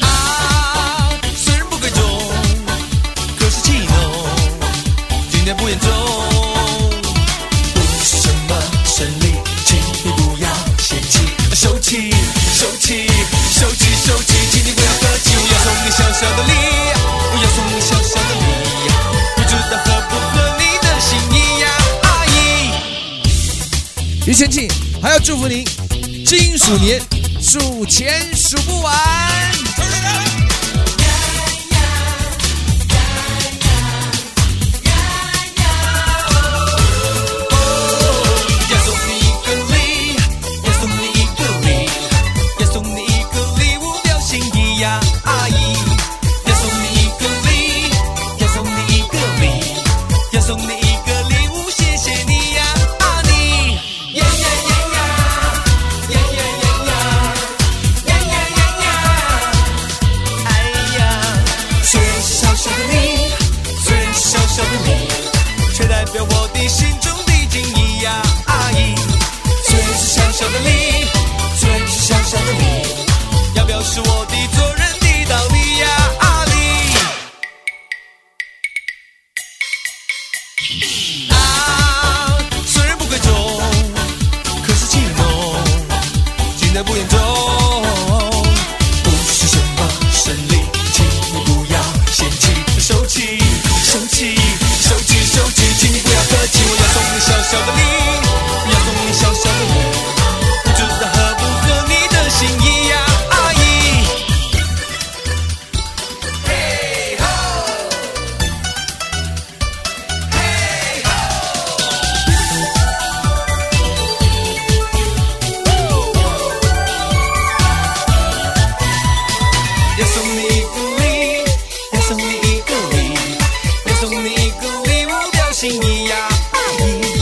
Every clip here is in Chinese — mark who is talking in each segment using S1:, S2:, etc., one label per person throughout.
S1: 啊
S2: 于先庆还要祝福您，金鼠年数钱数不完。
S1: 要送你一个礼，要送你一个礼，要送你一个礼物表心意呀，阿姨。要送你一个礼，要送你一个礼，要送你一个礼物，谢谢你呀，阿你。呀呀呀呀，呀呀呀呀，呀呀呀呀，哎呀！虽然是小小的你，虽然是小小的你，却代表我的心中的敬意呀，阿姨。虽然是小小的你，虽然是小小的你，要表示我的做人的道理呀，阿里。啊，虽然不贵重，可是情浓，尽在不言中。不是什么神力，请你不要嫌弃，收起，收起，收起，收起，请你不要客气，我要送你小小的礼，我要送你小小的礼，不知道合不合你的心意呀，阿姨。嘿吼！要送你一个礼，要送你一个礼，要送你一个礼物表心意呀，阿姨。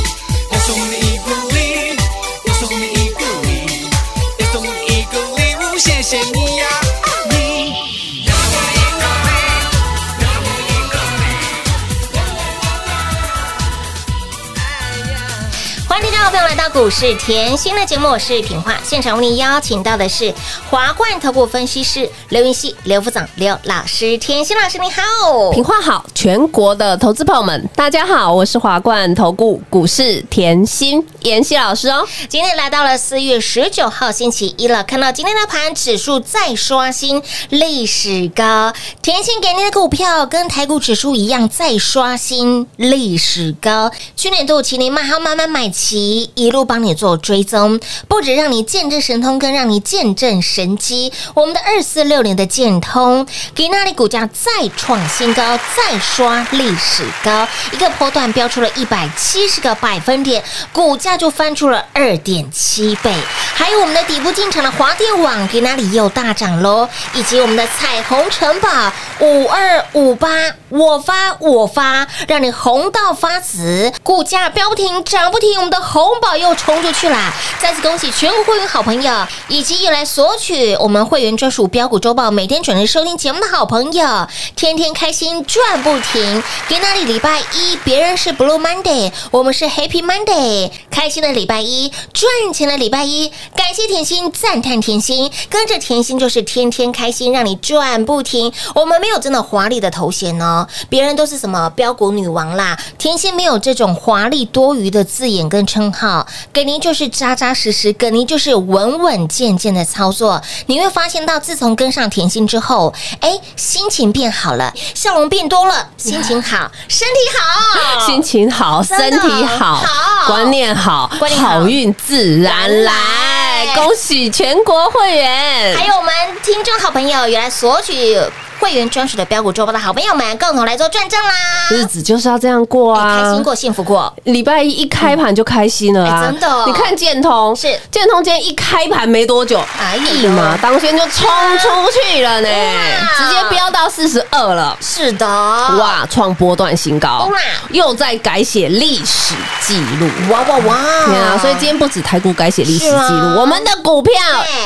S1: 要送你一个礼，要送你一个礼，要送你一个礼物，谢谢你呀，阿姨。要我一个礼，要我一个礼，要我一个礼，哎呀。
S3: 欢迎听众朋友来到股市甜心的节目，我是品化。现场为您邀请到的是华冠投顾分析师刘云熙、刘副总、刘老师。甜心老师你好，
S4: 品话好，全国的投资朋友们，大家好，我是华冠投顾股市甜心妍希老师哦。
S3: 今天来到了四月十九号星期一了，看到今天的盘指数再刷新历史高，甜心给您的股票跟台股指数一样再刷新历史高。去年度请您卖好慢慢买齐，一路帮你做追踪，不止让你见证神通，更让你见证神机。我们的二四六零的建通，给那里股价再创新高，再刷历史高，一个波段标出了一百七十个百分点，股价就翻出了二点七倍。还有我们的底部进场的华电网给哪里又大涨喽，以及我们的彩虹城堡五二五八，我发我发，让你红到发紫，股价飙停涨不停，我们的红宝又冲出去啦！再次恭喜全国会员好朋友，以及又来索取我们会员专属标股周报，每天准时收听节目的好朋友，天天开心赚不停。给那里礼拜一，别人是 Blue Monday，我们是 Happy Monday，开心的礼拜一，赚钱的礼拜一，感谢甜心，赞叹甜心，跟着甜心就是天天开心，让你赚不停。我们没有真的华丽的头衔哦，别人都是什么标股女王啦，甜心没有这种华丽多余的字眼跟称号，给您就是扎扎实实，给您就是稳稳健健的操作。你会发现到，自从跟上甜心之后，哎，心情变好了，笑容变多了，心情 好，身体好，
S4: 心情好，身
S3: 真的
S4: 体好
S3: 好，
S4: 观念好
S3: 观，念好
S4: 好运自然来
S3: 来。
S4: 恭喜全国会 员！
S3: 还有我们听众好朋友，原来索取会员专属的标股周报的好朋友们，共同来做转正啦！
S4: 日子就是啊要这样过
S3: 哎
S4: 啊，
S3: 开心过，幸福过，
S4: 礼拜一一开盘就开心了啊！
S3: 哎真的哦
S4: 你看建通
S3: 是
S4: 建通今天一开盘没多久，
S3: 哎呀
S4: 一马当先就冲出去了呢
S3: 哇，
S4: 直接飙到四十二了。
S3: 是的，
S4: 哇，创波段新高
S3: 哇，
S4: 又在改写历史记录。
S3: 哇哇哇！
S4: 天啊！所以今天不止台股改写历史记
S3: 是啊
S4: 录，我们的股票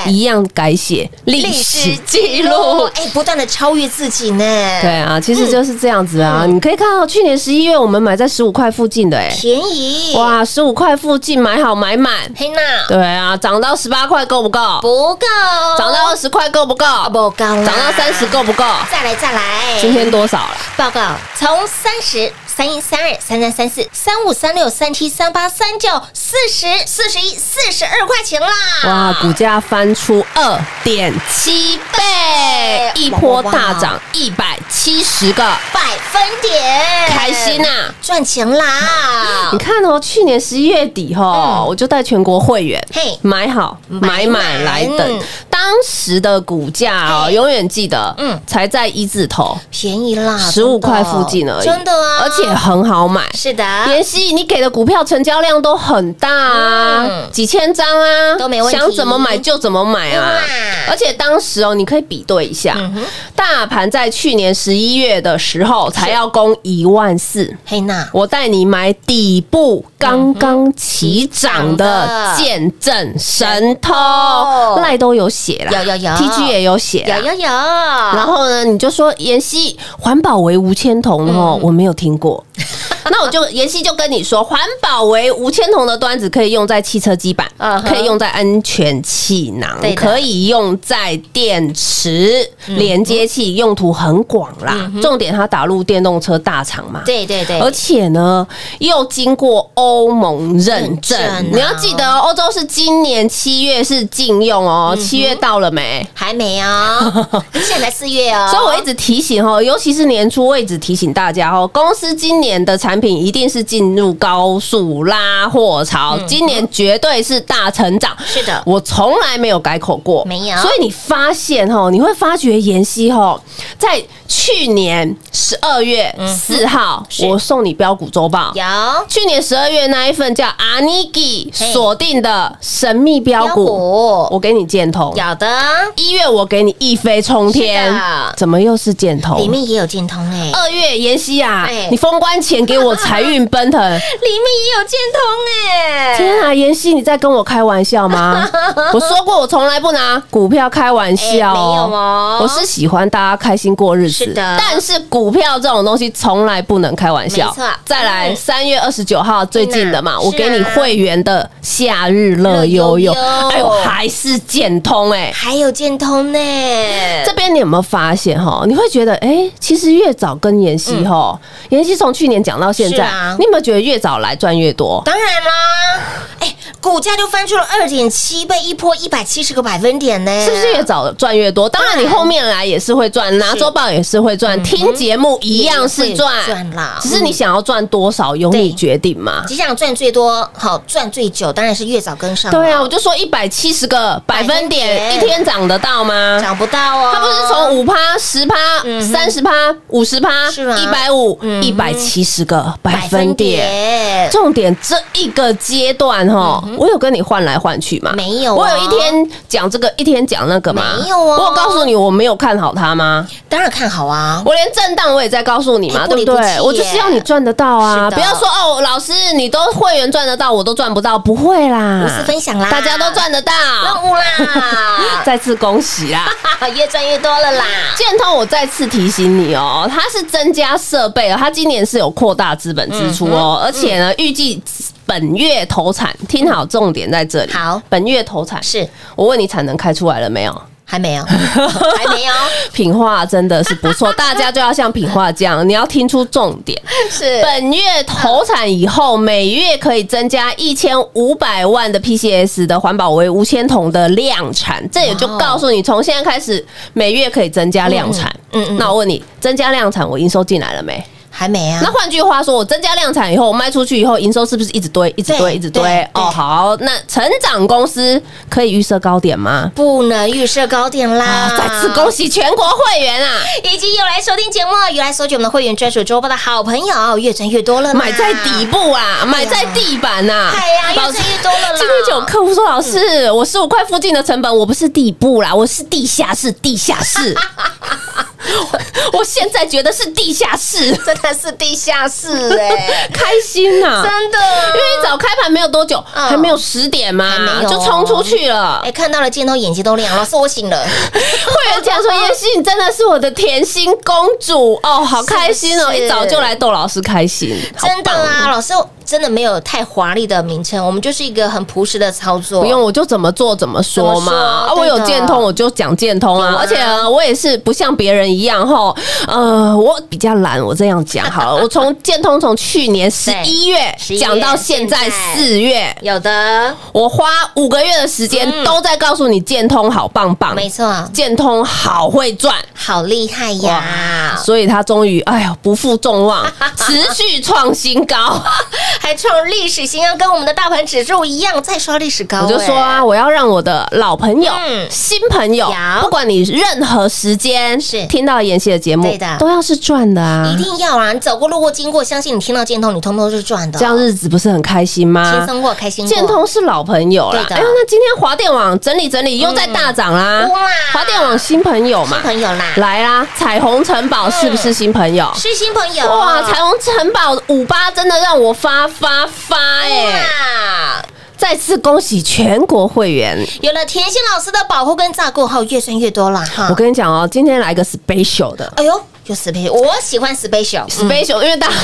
S3: 对
S4: 一样改写历史记录。
S3: 哎，不断的超越自己呢，
S4: 对，啊，
S3: 哎
S4: 其实就是这样子
S3: 嗯
S4: 啊。你可以看到去年十一月我们买在十五块附近的，哎，
S3: 便宜，
S4: 哇，十五块附近买好买满。
S3: 嘿娜
S4: 对啊，涨到十八块够不够？
S3: 不够，
S4: 涨到二十块够不够？
S3: 不够哎啦，
S4: 涨到三十够不够？
S3: 再来再来，
S4: 今天多少了？
S3: 报告从三十三一、三二、三三、三四、三五、三六、三七、三八、三九、四十、四十一、四十二块钱啦！啊
S4: 哇，股价翻出二点七
S3: 哎
S4: 倍，一波大涨一百七十个，
S3: 百分点，
S4: 开心啊呐、
S3: 赚钱啦
S4: 你！看哦，去年十一月底哦，我就带全国会员
S3: 嗯嘿
S4: 买好
S3: 买
S4: 买
S3: 满
S4: 满来等
S3: 嗯，
S4: 当时的股价哦，
S3: 嘿
S4: 永远记得，
S3: 嗯
S4: 嗯，才在一字头，
S3: 便宜啦，
S4: 十五块附近而已，
S3: 真的啊！
S4: 而且很好买。
S3: 是的，
S4: 妍希，你给的股票成交量都很大啊
S3: 嗯，
S4: 几千张啊，
S3: 都没问题
S4: 想怎么买就怎么买啊
S3: 哇。
S4: 而且当时哦，你可以比对一下，
S3: 嗯
S4: 大盘在去年十一月的时候才要攻一万四。
S3: 黑娜
S4: 我带你买底部刚刚起涨
S3: 嗯
S4: 的见证神偷
S3: 哦，
S4: 赖都有写啦，
S3: 有有有
S4: ，TG 也有写啦，
S3: 有有有，
S4: 哎然
S3: 然
S4: 后呢，你就说妍希环保为无铅铜哦，
S3: 嗯
S4: 我没有听 过。那我就妍希就跟你说，环保为无铅铜的端子可以用在汽车基板
S3: 嗯哼
S4: 可以用在安全气囊
S3: 对，的嗯
S4: 可以用在电池连接器，用途很广啦。重点它打入电动车大厂嘛，
S3: 对对对，
S4: 而且呢，又经过欧盟认证
S3: 认证啊。
S4: 你要记得哦，欧洲是今年七月是禁用
S3: 嗯
S4: 哦，七月到了没？
S3: 还没 哦，现在才四月哦，
S4: 所以我一直提醒哦，尤其是年初，我一直提醒大家哦，公司今年的产品一定是进入高速拉货潮，今年绝对是大成长。
S3: 嗯是的
S4: 我从来没有改口过，
S3: 没有
S4: 所以你发现哦，你会发觉妍希哦，在去年十二月四号，
S3: 嗯是
S4: 我送你标股周报。
S3: 有
S4: 去年十二月那一份叫阿尼基
S3: 嘿
S4: 锁定的神秘标
S3: 标
S4: 股，
S3: 股，
S4: 我给你见通。
S3: 有的
S4: 一月我给你一飞冲天
S3: 是的，
S4: 怎么又是箭头
S3: 里？面也有建通哎，
S4: 二月妍希啊
S3: 哎，
S4: 你封关前给我财运 奔腾！
S3: 里面也有建通哎，
S4: 天啊，妍希，你在跟我开玩 笑吗？我说过我从来不拿股票开玩笑
S3: 哎没有哦
S4: 哦，我是喜欢大家开心过日
S3: 是
S4: 子，
S3: 的
S4: 但是股票这种东西从来不能开玩
S3: 没
S4: 笑
S3: 错。
S4: 再来
S3: 嗯
S4: 三月二十九号最近的
S3: 是
S4: 嘛，
S3: 啊
S4: 我给你会员的夏日乐悠悠
S3: 乐悠悠，
S4: 哎呦，还是简通哎，
S3: 还有建通呢，欸
S4: 这边你有没有发现哈？你会觉得，哎、其实越早跟妍希哈，妍希从去年讲到现
S3: 嗯是
S4: 在，
S3: 啊
S4: 你有没有觉得越早来赚越多？
S3: 当然啦，哎，股价就翻出了二点七倍，一波一百七十个百分点呢，
S4: 是不是越早赚越多？当然，你后面来也是会赚，拿周报也是会赚，听节目一样是
S3: 嗯也会赚
S4: 赚
S3: 啦
S4: 只是你想要赚多少，由
S3: 对
S4: 你决定嘛。
S3: 只想赚最多，好赚最久，当然是越早跟上。
S4: 对啊，我就说一百七十个百分
S3: 百
S4: 点，
S3: 分
S4: 一
S3: 点
S4: 天涨得到吗？
S3: 涨不到哦。
S4: 它不是从五趴、十趴、
S3: 嗯哼
S4: 三十趴、五十趴、
S3: 是啊
S4: 一百五
S3: 嗯、
S4: 一
S3: 哼
S4: 百七七十个百
S3: 百
S4: 分
S3: 分
S4: 点。
S3: 点，
S4: 重点这一个阶段哈，我有跟你换来换去吗？
S3: 嗯没有啊
S4: 我有一天讲这个，一天讲那个吗？
S3: 没有啊嗯
S4: 我有告诉你我没有看好它吗？
S3: 当然看好啊，
S4: 我连震荡我也在告诉你嘛，
S3: 哎不
S4: 对不
S3: 离
S4: 对
S3: 不弃？耶
S4: 我就是要你赚得到啊！
S3: 是的
S4: 不要说哦，老师你都会员赚得到，我都赚不到，不会啦，
S3: 无私分享啊啦，
S4: 大家都赚得到。
S3: 任务 啦，
S4: 再次恭喜啦！
S3: 越赚越多了啦，
S4: 建通，我再次提醒你哦，它是增加设备哦，它今年是有扩大资本支出
S3: 嗯
S4: 哦，而且呢，预计本月投产，听好重点在这里。
S3: 好
S4: 本月投产，
S3: 是
S4: 我问你产能开出来了没有？
S3: 还没 有，还没有，
S4: 品化真的是不 错，大家就要像品化这样，你要听出重点。
S3: 是
S4: 本月投产以后，每月可以增加一千五百万的 PCS 的环保为五千桶的量产，这也就
S3: 哇哦
S4: 告诉你，从现在开始每月可以增加量产。
S3: 嗯嗯嗯
S4: 那我问你，增加量产，我营收进来了没？
S3: 还没啊
S4: 那，换句话说，我增加量产以后，我卖出去以后，营收是不是一直堆、一直堆、
S3: 对
S4: 一直堆
S3: 对？
S4: 哦，
S3: 对
S4: 好，那成长公司可以预设高点吗？
S3: 不能预设高点啦
S4: 啊，，再次恭喜全国会员啊！
S3: 以及有来收听节目、有来索取我们的会员专属周报的好朋友，越赚越多了，
S4: 买在底。部啊，买在地板呐、啊。
S3: 哎呀，
S4: 老
S3: 越
S4: 师
S3: 赚越多了啦！
S4: 今天就有客户说：“老师，我十五块附近的成本，我不是底部啦，我是地下室，地下室。 我我现在觉得是地下室，
S3: 真的是地下室哎、
S4: 开心啊 呐、
S3: 真的。
S4: 因为一早开盘没有多久，
S3: 嗯
S4: 还没有十点嘛，
S3: 还没有哦
S4: 就冲出去了
S3: 哎、。看到了镜头，眼睛都亮。老师，我醒了。
S4: 会员 讲说：“叶希，你真的是我的甜心公主哦，好开心
S3: 是
S4: 哦！
S3: 不是
S4: 一早就来逗老师开心，好
S3: 真的
S4: 棒哦
S3: 啊，老师真的没有太华丽的名称，我们就是一个很朴实的操作。
S4: 不用，我就怎么做怎么说
S3: 怎么
S4: 嘛。
S3: 说
S4: 啊，
S3: 对的
S4: 我有建通，我就讲建通
S3: 有
S4: 啊
S3: 啊。
S4: 而且啊我也是不像别人一样哈，呃，我比较懒，我这样讲 好了。我从建通从去年十一月
S3: 11月
S4: 讲到现在
S3: 现在
S4: 四月，
S3: 有的，
S4: 我花五个月的时间
S3: 嗯
S4: 都在告诉你建通好棒棒，
S3: 没错，
S4: 建通好会赚。
S3: 好厉害呀！
S4: 所以他终于，哎呀，不负 众望，持续创新高。
S3: 还创历史新高，跟我们的大盘指数一样，再刷历史高、
S4: 我就说啊，
S3: 哎
S4: 我要让我的老朋友、
S3: 嗯
S4: 新朋友
S3: 有，
S4: 不管你任何时间
S3: 是
S4: 听到妍希的节目，
S3: 对的
S4: 都要是赚的啊
S3: 一，定要啊！你走过路过经过，相信你听到建通，你通通是赚的。哦
S4: 这样日子不是啊很开心
S3: 轻
S4: 吗？
S3: 松过，开心过。
S4: 建通是老朋友啦，
S3: 对的嗯
S4: 哎呦，那今天华电网整理整理又在大涨啦
S3: 哇，
S4: 华电网新朋友嘛
S3: 新，朋友啦，
S4: 来啦，彩虹城堡是不是新朋友？
S3: 是新朋友
S4: 哇，彩虹城堡五八真的让我发发发哎！
S3: 哇！
S4: 再次恭喜全国会员，
S3: 有了甜心老师的保护跟照顾后，越赚越多了哈
S4: 我。跟你讲哦，今天来个 special 的，
S3: 哎呦，有十倍，我喜欢十倍秀，
S4: special，因为大家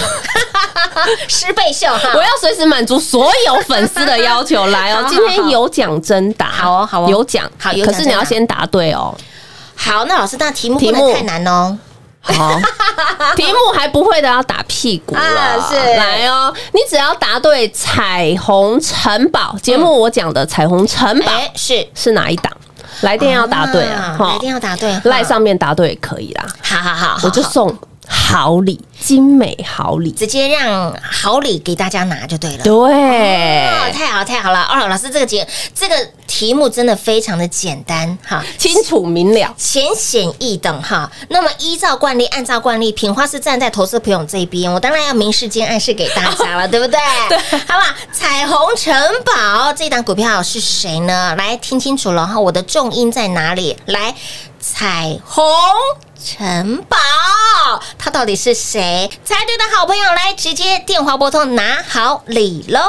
S3: 十倍秀哈。
S4: 我要随时满足所有粉丝的要求，来哦
S3: 嗯 好！好
S4: 今天有奖真答，
S3: 好哦好哦
S4: 有奖，
S3: 好有
S4: 可
S3: 奖
S4: 是你要先答对哦。
S3: 好，那老师，那题目
S4: 题
S3: 不
S4: 目
S3: 能太难哦。
S4: 好， 题目还不会的要打屁股了
S3: 啊，是
S4: 来哦！你只要答对彩虹城堡节目我讲的彩虹城堡
S3: 哎，是
S4: 是哪一档，来电要答对啊
S3: 啊，
S4: 哈
S3: 一定要答对。
S4: 赖，上面答对也可以啦，
S3: 好好好，
S4: 我就
S3: 好好
S4: 送好礼，精美好礼，
S3: 直接让好礼给大家拿就对了。
S4: 对。
S3: 哦，太好太好了！哦，老师，这个节这个题目真的非常的简单哈，
S4: 清楚明了，
S3: 浅显易懂哈。那么依照惯例，按照惯例，品花是站在投资朋友这边，我当然要明示间暗示给大家了，对不对？对，好吧。彩虹城堡这档股票是谁呢？来听清楚了哈，我的重音在哪里？来，彩虹。城堡，它到底是谁？猜对的好朋友来直接电话拨通拿好礼喽！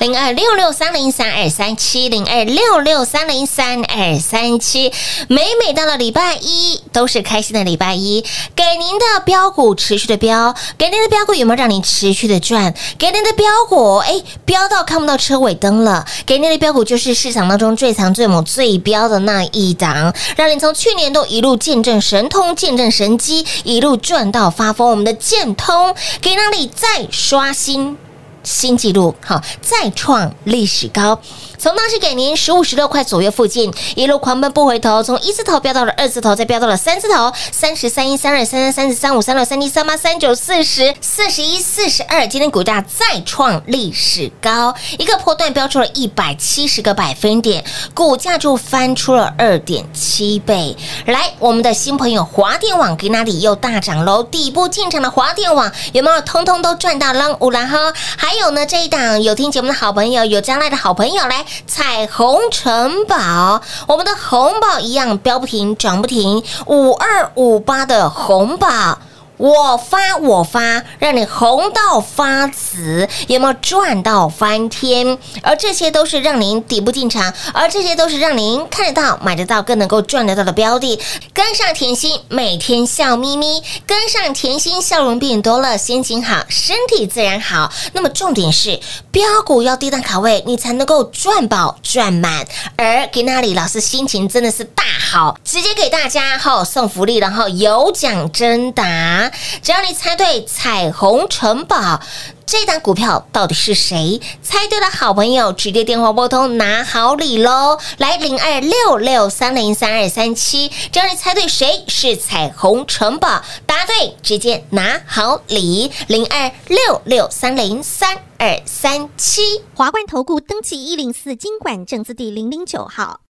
S3: 零二六六三零三二三七零二六六三零三二三七。每每到了礼拜一，都是开心的礼拜一。给您的标股持续的标，给您的标股有没有让您持续的赚？给您的标股，哎，标到看不到车尾灯了。给您的标股就是市场当中最强、最猛、最标的那一档，让您从去年都一路见证神通、见证神机，一路赚到发疯。我们的建通，给那里再刷新。新纪录，好，再创历史高。从当时给您十五、十六块左右附近，一路狂奔不回头，从一字头飙到了二字头，再飙到了三字头，三十三一、三二、三三、三十三五、三六、三七、三八、三九、四十、四十一、四十二。今天股价再创历史高，一个波段飙出了一百七十个百分点，股价就翻出了二点七倍。来，我们的新朋友华电网给那里又大涨喽，底部进场的华电网有没有通通都赚到浪五然哈？还有呢，这一档有听节目的好朋友，有将来的好朋友来彩虹城堡，我们的红宝一样飙不停，涨不停，五二五八的红宝。我发我发，让你红到发紫，有没有赚到翻天？而这些都是让您底部进场，而这些都是让您看得到、买得到、更能够赚得到的标的。跟上甜心，每天笑眯眯；跟上甜心，笑容变多了，心情好，身体自然好。那么重点是，标股要低档卡位，你才能够赚饱赚满。而给那里老师心情真的是大好，直接给大家哈、送福利，然后有奖征答，只要你猜对彩虹城堡。这档股票到底是谁？猜对的好朋友直接电话拨通拿好礼喽！来零二六六三零三二三七，只要你猜对谁是彩虹城堡，答对直接拿好礼零二六六三零三二三七。
S5: 华冠投顾登记一零四经管证字第零零九号，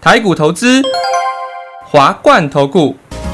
S6: 台股投资，华冠投顾。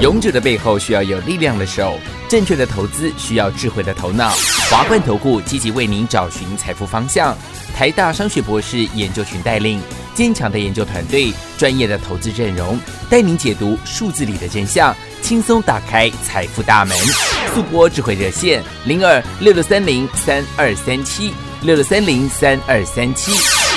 S7: 勇者的背后需要有力量的手，正确的投资需要智慧的头脑。华冠投顾积极为您找寻财富方向。台大商学博士研究群带领，坚强的研究团队，专业的投资阵容，带您解读数字里的真相，轻松打开财富大门。速播智慧热线零二六六三零三二三七六六三零三二三七。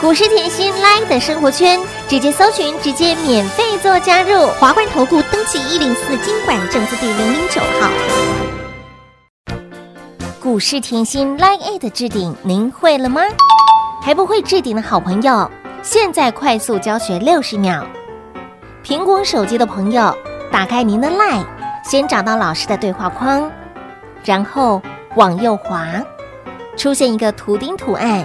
S3: 股市甜心 Line 的生活圈，直接搜寻，直接免费做加入。
S5: 华冠投顾登记一零四经管证字第零零九号。
S3: 股市甜心 Line A 的置顶，您会了吗？还不会置顶的好朋友，现在快速教学六十秒。苹果手机的朋友，打开您的 Line，先找到老师的对话框，然后往右滑，出现一个图钉图案，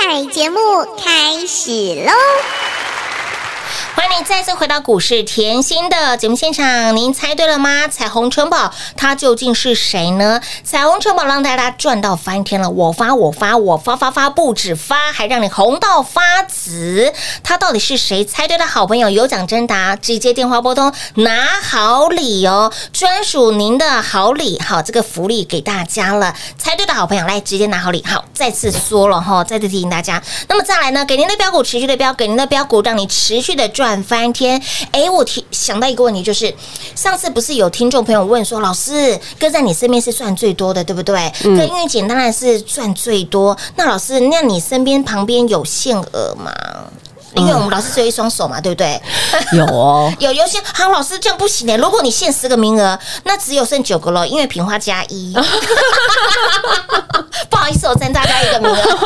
S5: 彩节目开始喽！
S3: 欢迎你再次回到股市甜心的节目现场，您猜对了吗？彩虹城堡它究竟是谁呢？彩虹城堡让大家赚到翻天了，我发我发我发发发不止发，还让你红到发紫。它到底是谁？猜对的好朋友有奖征答，直接电话拨通拿好礼哦，专属您的好礼，好这个福利给大家了。猜对的好朋友来直接拿好礼，好再次说了哈，再次提醒大家。那么再来呢，给您的标股持续的标，给您的标股让你持续的赚翻天。诶，我提想到一个问题，就是上次不是有听众朋友问说，老师跟在你身边是赚最多的，对不对？跟月姐当然是赚最多。那老师，那你身边旁边有限额吗？因为我们老师只有一双手嘛，对不对？
S4: 有哦，
S3: 有有些好老师这样不行哎，如果你限十个名额，那只有剩九个了，因为平花加 一。不好意思，我占大家一个名 额。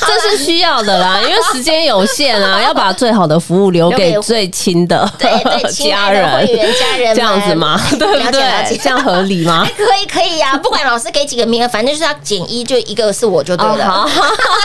S4: 这是需要 的啦，因为时间有限啊，要把最好的服务留给
S3: 留给
S4: 最亲的
S3: 对 对，亲
S4: 家
S3: 爱的
S4: 人
S3: 会员家人们
S4: 这样子吗？对不
S3: 了解了
S4: 对？
S3: 解
S4: 这样合理吗
S3: 哎，？可以可以 呀、不管老师给几个名额，反正就是要减一，就一个是我 就对
S4: 哦，
S3: 了。
S4: 好，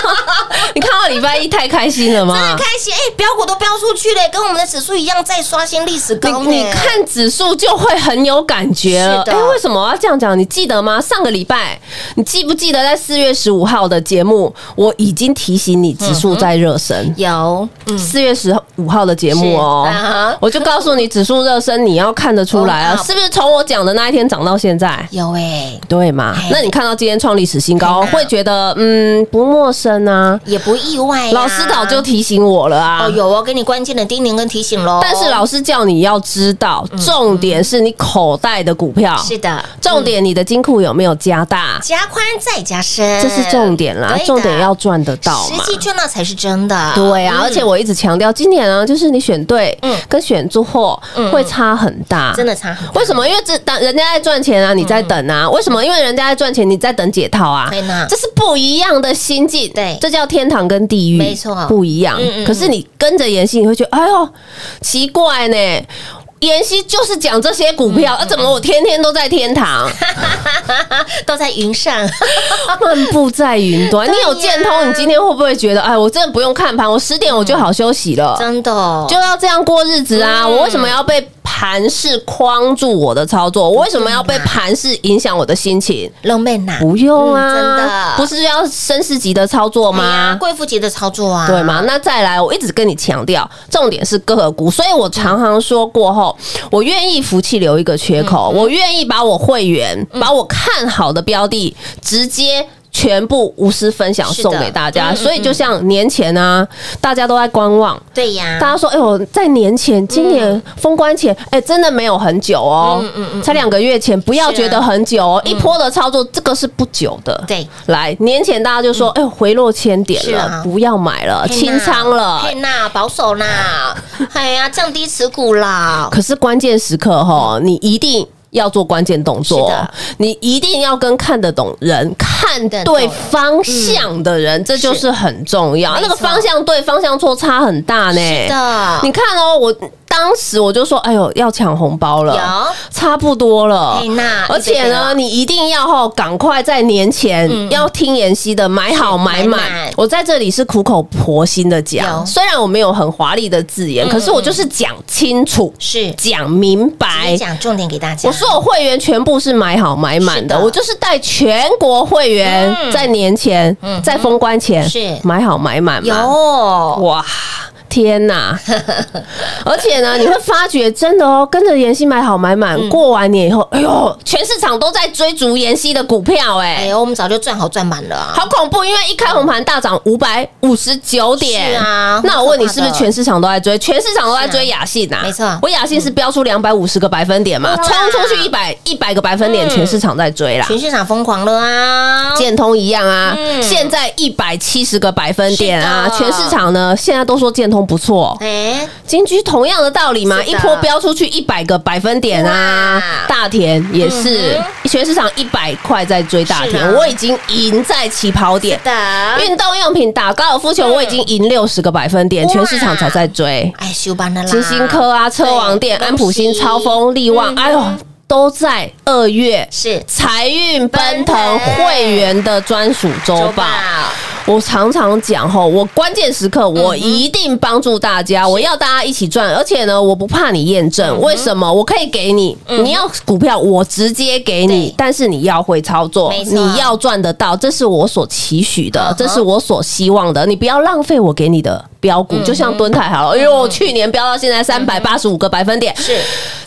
S4: 你看到礼拜一太开心了
S3: 真的
S4: 吗
S3: 很？开心哎、标股都标出去了，跟我们的指数一样，再刷新历史
S4: 你
S3: 高呢。
S4: 你看指数就会很有感觉了。
S3: 是的
S4: 哎，为什么我要这样讲？你记得吗？上个礼拜，你记不记得在四月十五号的节目，我已经提醒你指
S3: 嗯
S4: 数在热身。
S3: 有，嗯，
S4: 四月十五号的节目哦
S3: 是啊哈，
S4: 我就告诉你指数热身，你要看得出来啊，
S3: 哦
S4: 是不是从我讲的那一天涨到现在？
S3: 有哎、
S4: 对嘛
S3: 嘿？
S4: 那你看到今天创历史新高，
S3: 嘿啊
S4: 会觉得嗯不陌生啊。
S3: 也不意外、啊。
S4: 老师早就提醒我了啊
S3: 哦，，有哦，给你关键的叮咛跟提醒喽。
S4: 但是老师叫你要知道，重点是你口袋的股票，
S3: 嗯是的，
S4: 重点你的金库有没有加大，
S3: 加宽再加深，
S4: 这是重点啦
S3: 对，的
S4: 重点要赚得到嘛
S3: 实。际赚到才是真的。
S4: 对啊，而且我一直强调，今年啊，就是你选对
S3: 嗯
S4: 跟选错会差很大，
S3: 真的差很多。
S4: 为什么？因为这当人家在赚钱啊，你在等
S3: 嗯
S4: 啊。为什么？因为人家在赚钱，你在等解套啊
S3: 哎呐。
S4: 这是不一样的心境，
S3: 对
S4: 这叫天堂跟地狱，
S3: 没错
S4: 不一样
S3: 嗯嗯嗯。
S4: 可是你跟着妍希，你会觉得，哎呦，奇怪呢。妍希就是讲这些股
S3: 嗯
S4: 票，啊，怎么我天天都在天 堂，
S3: 都在云 上，
S4: 漫步在云端？你有建通，你今天会不会觉得，哎，我真的不用看盘，我十点我就好休息了？
S3: 真的哦嗯
S4: 就要这样过日子啊！我为什么要被盘势框住我的操作？我为什么要被盘势影响我的心情？
S3: 浪漫呐。
S4: 不用啊，
S3: 嗯真的
S4: 不是要升四级的操作
S3: 哎呀
S4: 吗？
S3: 贵妇级的操作啊，
S4: 对吗？那再来，我一直跟你强调，重点是个股，所以我常常说过后，我愿意服气留一个缺
S3: 嗯
S4: 口，我愿意把我会员、把我看好的标的直接。全部无私分享
S3: 是的
S4: 送给大家，
S3: 嗯嗯
S4: 所以就像年前啊，大家都在观望，
S3: 对呀，
S4: 大家说，哎呦，在年前，今年封关前，哎，真的没有很久哦，
S3: 嗯
S4: 才两个月前，不要觉得很久
S3: 啊
S4: 哦，一波的操作，这个是不久的。
S3: 对，
S4: 来年前大家就说，哎，回落千点
S3: 嗯是啊
S4: 了，不要买了，清仓了。
S3: 嘿呐，保守 啦，哎呀，降低持股啦，
S4: 可是关键时刻哈，你一定。要做关键动作
S3: 是的，
S4: 你一定要跟看得懂人、看
S3: 得懂
S4: 对方向的人，这就是很重要。
S3: 没
S4: 那个
S3: 错
S4: 方向对，方向错差很大呢。
S3: 是的，
S4: 你看哦，我当时我就说，哎呦，要抢红包了，
S3: 有
S4: 差不多了
S3: 嘿那。
S4: 而且
S3: 一杯
S4: 呢，
S3: 了
S4: 你一定要吼，赶快在年前要听妍希的，买好
S3: 买
S4: 买满
S3: 满。
S4: 我在这里是苦口婆心的
S3: 有嗯
S4: 讲，虽然我没有很华丽的字眼，可是我就是讲清楚，
S3: 是
S4: 讲明白
S3: 你。讲重点给大家。
S4: 我说我会员全部是买好买满的，
S3: 是的
S4: 我就是带全国会员
S3: 嗯
S4: 在年前、在封关前
S3: 是
S4: 买好买满嘛。
S3: 有
S4: 哇，天 哪！而且呢，你会发觉真的哦，跟着妍希买好买满，过完年以后，哎呦，嗯全市场都在追逐妍希的股票、
S3: 哎
S4: 哎、
S3: 呦，我们早就赚好赚满了啊！
S4: 好恐怖！因为一开红盘大涨五百五十九点，
S3: 是啊
S4: 那我问你，
S3: 很可
S4: 是
S3: 怕
S4: 不
S3: 的
S4: 是全市场都在追？全市场都在追雅信呐、
S3: 没错
S4: 我雅信是标出两百五十个百分点嘛，
S3: 哇
S4: 冲出去一百一百个百分点，啊嗯全市场在追啦。
S3: 全市场疯狂了啊！
S4: 建通一样啊，
S3: 嗯
S4: 现在一百七十个百分点啊，
S3: 是的
S4: 全市场呢现在都说建通不错，
S3: 哎，
S4: 金居同样的道理嘛，
S3: 是
S4: 一
S3: 的
S4: 波飙出去一百个百分点啊
S3: 哇！
S4: 大田也是
S3: 嗯，
S4: 全市场一百块在追大
S3: 是
S4: 田
S3: 啊，
S4: 我已经赢在起跑点。
S3: 的，嗯
S4: 运动用品打高尔夫球，我已经赢六十个百分点，
S3: 哇
S4: 全市场早在追。
S3: 哎，休班的啦，
S4: 金星科啊，车王店、
S3: 对
S4: 安普新、
S3: 恭喜嗯
S4: 超风、力旺，哎呦，都在二月
S3: 是
S4: 财运奔
S3: 奔腾
S4: 腾会员的专属周报。我常常讲吼，我关键时
S3: 嗯
S4: 刻我一定帮助大家，我要大家一起赚，而且呢，我不怕你验证，
S3: 嗯
S4: 为什么？我可以给你，你要股票我直接给
S3: 对
S4: 你，但是你要会操作
S3: 没，错嗯
S4: 你要赚得到，这是我所期许的，这是我所希望的，你不要浪费我给你的。标
S3: 嗯
S4: 股就像敦泰好了，因为我去年标到现在三百八十五个百分点，
S3: 是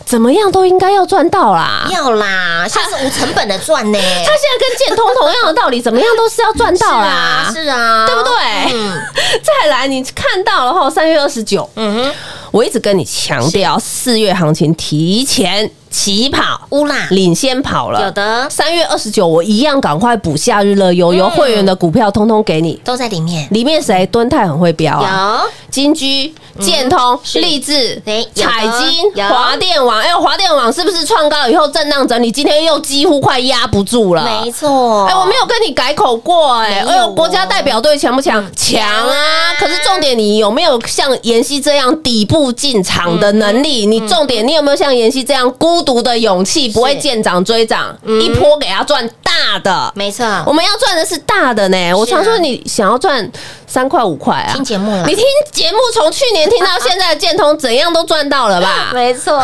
S4: 怎么样都应该要赚到啦。
S3: 要啦，它是无成本的赚呢。
S4: 啊他 现在跟建通同样的道理，怎么样都是要赚到啦。
S3: 是啊，是啊
S4: 对不对？再来，你看到了后，三月二十九，
S3: 嗯哼，
S4: 我一直跟你强调，四月行情提前起跑，
S3: 乌啦
S4: 领先跑了。
S3: 嗯有的
S4: 三月二十九，我一样赶快补夏日乐悠悠、
S3: 嗯
S4: 会员的股票，通通给你。
S3: 都在里面，
S4: 里面谁敦泰很会标啊？
S3: 有嗯
S4: 金居、建通、
S3: 是
S4: 立志
S3: 哎有、的
S4: 彩金、
S3: 有
S4: 华电网，哎，华电网是不是创高以后震荡整理？今天又几乎快压不住了，
S3: 没错，
S4: 哎、我没有跟你改口过、哎，
S3: 哦没
S4: 哎
S3: 有嗯
S4: 呦，
S3: 哦
S4: 国家代表队强不强？强啊！可是重点，你有没有像妍希这样底部进场的能
S3: 嗯
S4: 力？你重点，你有没有像妍希这样孤独的勇气，不
S3: 嗯
S4: 会见涨追涨，一波给他赚大的？
S3: 没错，
S4: 我们要赚的是大的呢。我常说，你想要赚三块五块啊？
S3: 啊听节目了
S4: 你听节目从去年听到现在的建通，怎样都赚到了吧？
S3: 没啊错，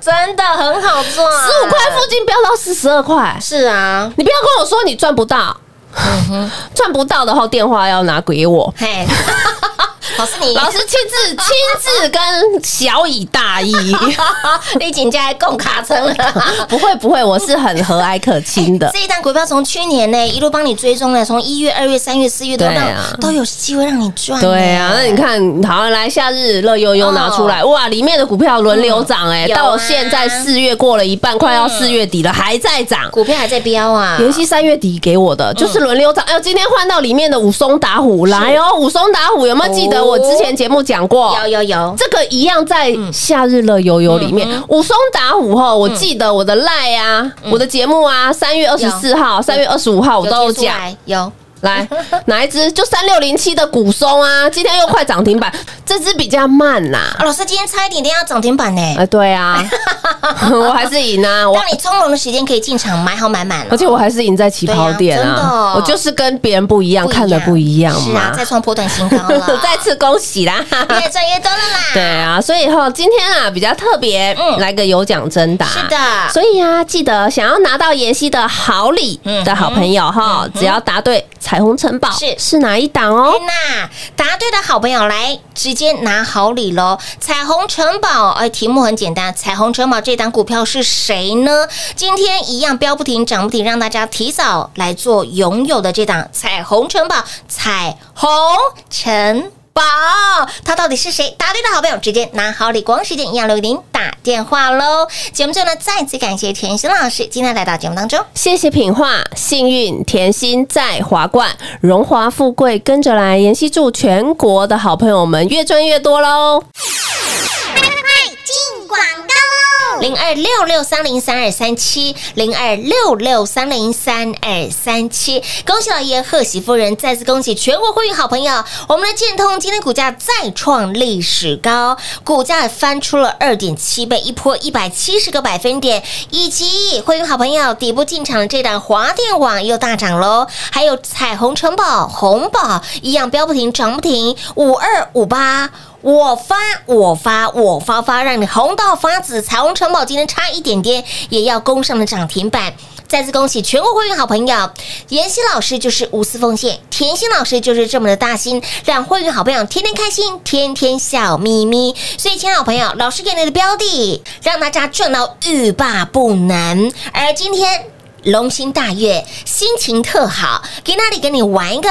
S3: 真的很好赚，
S4: 啊十五块附近飙到四十二块，
S3: 是啊，
S4: 你不要跟我说你赚不到，
S3: 嗯
S4: 赚不到的话电话要拿给我。
S3: 嘿， 老 师你啊
S4: 老师亲 自亲自跟小以大义，
S3: 你请假还供卡层了。
S4: 不会不会，我是很和蔼可亲的。
S3: 这一档股票从去年呢一路帮你追踪了，从一月、二月、三月、四月都
S4: 对
S3: 让、
S4: 啊
S3: 都有机会让你赚呢。嗯
S4: 对啊，那你看，好来夏日乐悠悠拿出来，哇，里面的股票轮流涨哎、
S3: 嗯有啊嗯
S4: 到现在四月过了一半，快要四月底了，还在涨。
S3: 股票还在飙啊，
S4: 妍希三月底给我
S3: 嗯
S4: 的就是轮流涨，哎呦，今天换到里面的武松打虎来哦，武松打虎有没有记
S3: 哦
S4: 得我之前节目讲过？
S3: 有有有，
S4: 这个一样在夏日乐悠悠里
S3: 嗯
S4: 面，武松打虎后，我记得我的赖啊，我的节目啊，三月二十四号、三月二十五号我都有
S3: 有贴出
S4: 讲。
S3: 来有
S4: 来， 哪一只？就三六零七的股松啊，今天又快涨停板，这只比较慢呐、
S3: 啊，老师今天差一点点要涨停板呢，
S4: 啊。对啊， 我还是赢啊，我
S3: 让你从容的时间可以进场买好买满
S4: 而
S3: 了。
S4: 且我还是赢在起跑点
S3: 对啊真的哦，
S4: 啊我就是跟别人不一样，看的不一样
S3: 是啊
S4: 嘛，
S3: 再。创破断新高了，
S4: 再次恭 喜啦！
S3: 越赚越多了啦。
S4: 对啊，所以哈，今天啊比较特别，
S3: 嗯
S4: 来个有奖征答。
S3: 是的
S4: 所以啊，记得想要拿到妍希的好礼
S3: 嗯
S4: 的好朋友哈，只要答对彩虹城堡
S3: 是
S4: 是哪一档
S3: 哎
S4: 哦？
S3: 那答对的好朋友来，直接拿好礼喽！彩虹城堡，哎，题目很简单，彩虹城堡这档股票是谁呢？今天一样飙不停，涨不停，让大家提早来做拥有的这档彩虹城堡，彩虹城。宝，它到底是谁？答对的好朋友直接拿好礼，光时间一样留给您打电话喽。节目最后呢，再次感谢田心老师今天来到节目当中。
S4: 谢谢品画，幸运甜心在华冠，荣华富贵跟着来。妍希祝全国的好朋友们越赚越多喽！
S3: 零二六六三零三二三七，零二六六三零三二三七。恭喜老爷，贺喜夫人，再次恭喜全国会员好朋友。我们的建通今天股价再创历史高，股价也翻出了二点七倍，一波一百七十个百分点，以及会员好朋友底部进场的这档华电网又大涨喽，还有彩虹城堡、红宝一样飙不停，涨不停，五二五八。我发我发我发发，让你红到发紫。彩虹城堡今天差一点点也要攻上了涨停板。再次恭喜全国会员好朋友，妍希老师就是无私奉献，甜心老师就是这么的大心，让会员好朋友天天开心，天天笑眯眯。所以，亲爱的好朋友，老师给你的标的，让大家赚到欲罢不能。而今天龙心大悦，心情特好，给那里跟你玩一个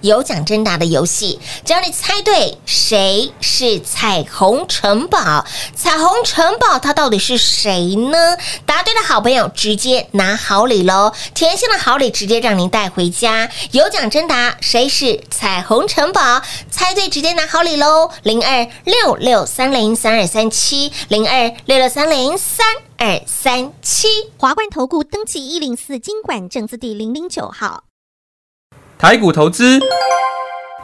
S3: 有奖征答的游戏，只要你猜对谁是彩虹城堡，彩虹城堡它到底是谁呢？答对的好朋友直接拿好礼喽，甜心的好礼直接让您带回家。有奖征答，谁是彩虹城堡？猜对直接拿好礼喽，零二六六三零三二三七，零二六六三零三二三七。
S5: 华冠投顾登记一零四经管证字第零零九号。
S6: 台股投资，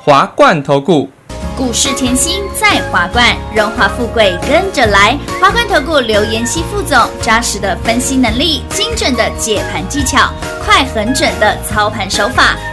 S6: 华冠投顾。
S8: 股市甜心在华冠，荣华富贵跟着来。华冠投顾刘延熙副总，扎实的分析能力，精准的解盘技巧，快狠准的操盘手法，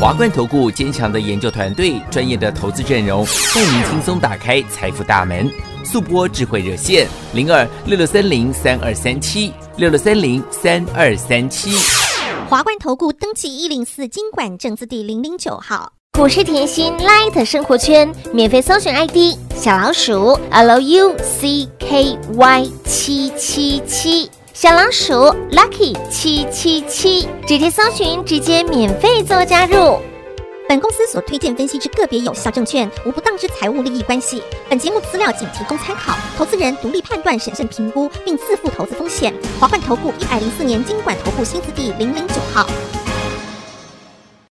S7: 华冠投顾坚强的研究团队，专业的投资阵容，带您轻松打开财富大门。速播智慧热线零二六六三零三二三七六六三零三二三七。
S5: 华冠投顾登记一零四经管证字第零零九号。
S3: 股市甜心 Light 生活圈免费搜寻 ID 小老鼠 Lucky 七七七，小老鼠 Lucky 七七七，直接搜寻，直接免费做加入。
S5: 本公司所推荐分析之个别有效证券，无不当之财务利益关系。本节目资料仅提供参考，投资人独立判断、审慎评估，并自负投资风险。华冠投顾一百零四年经管投顾新字第零零九号。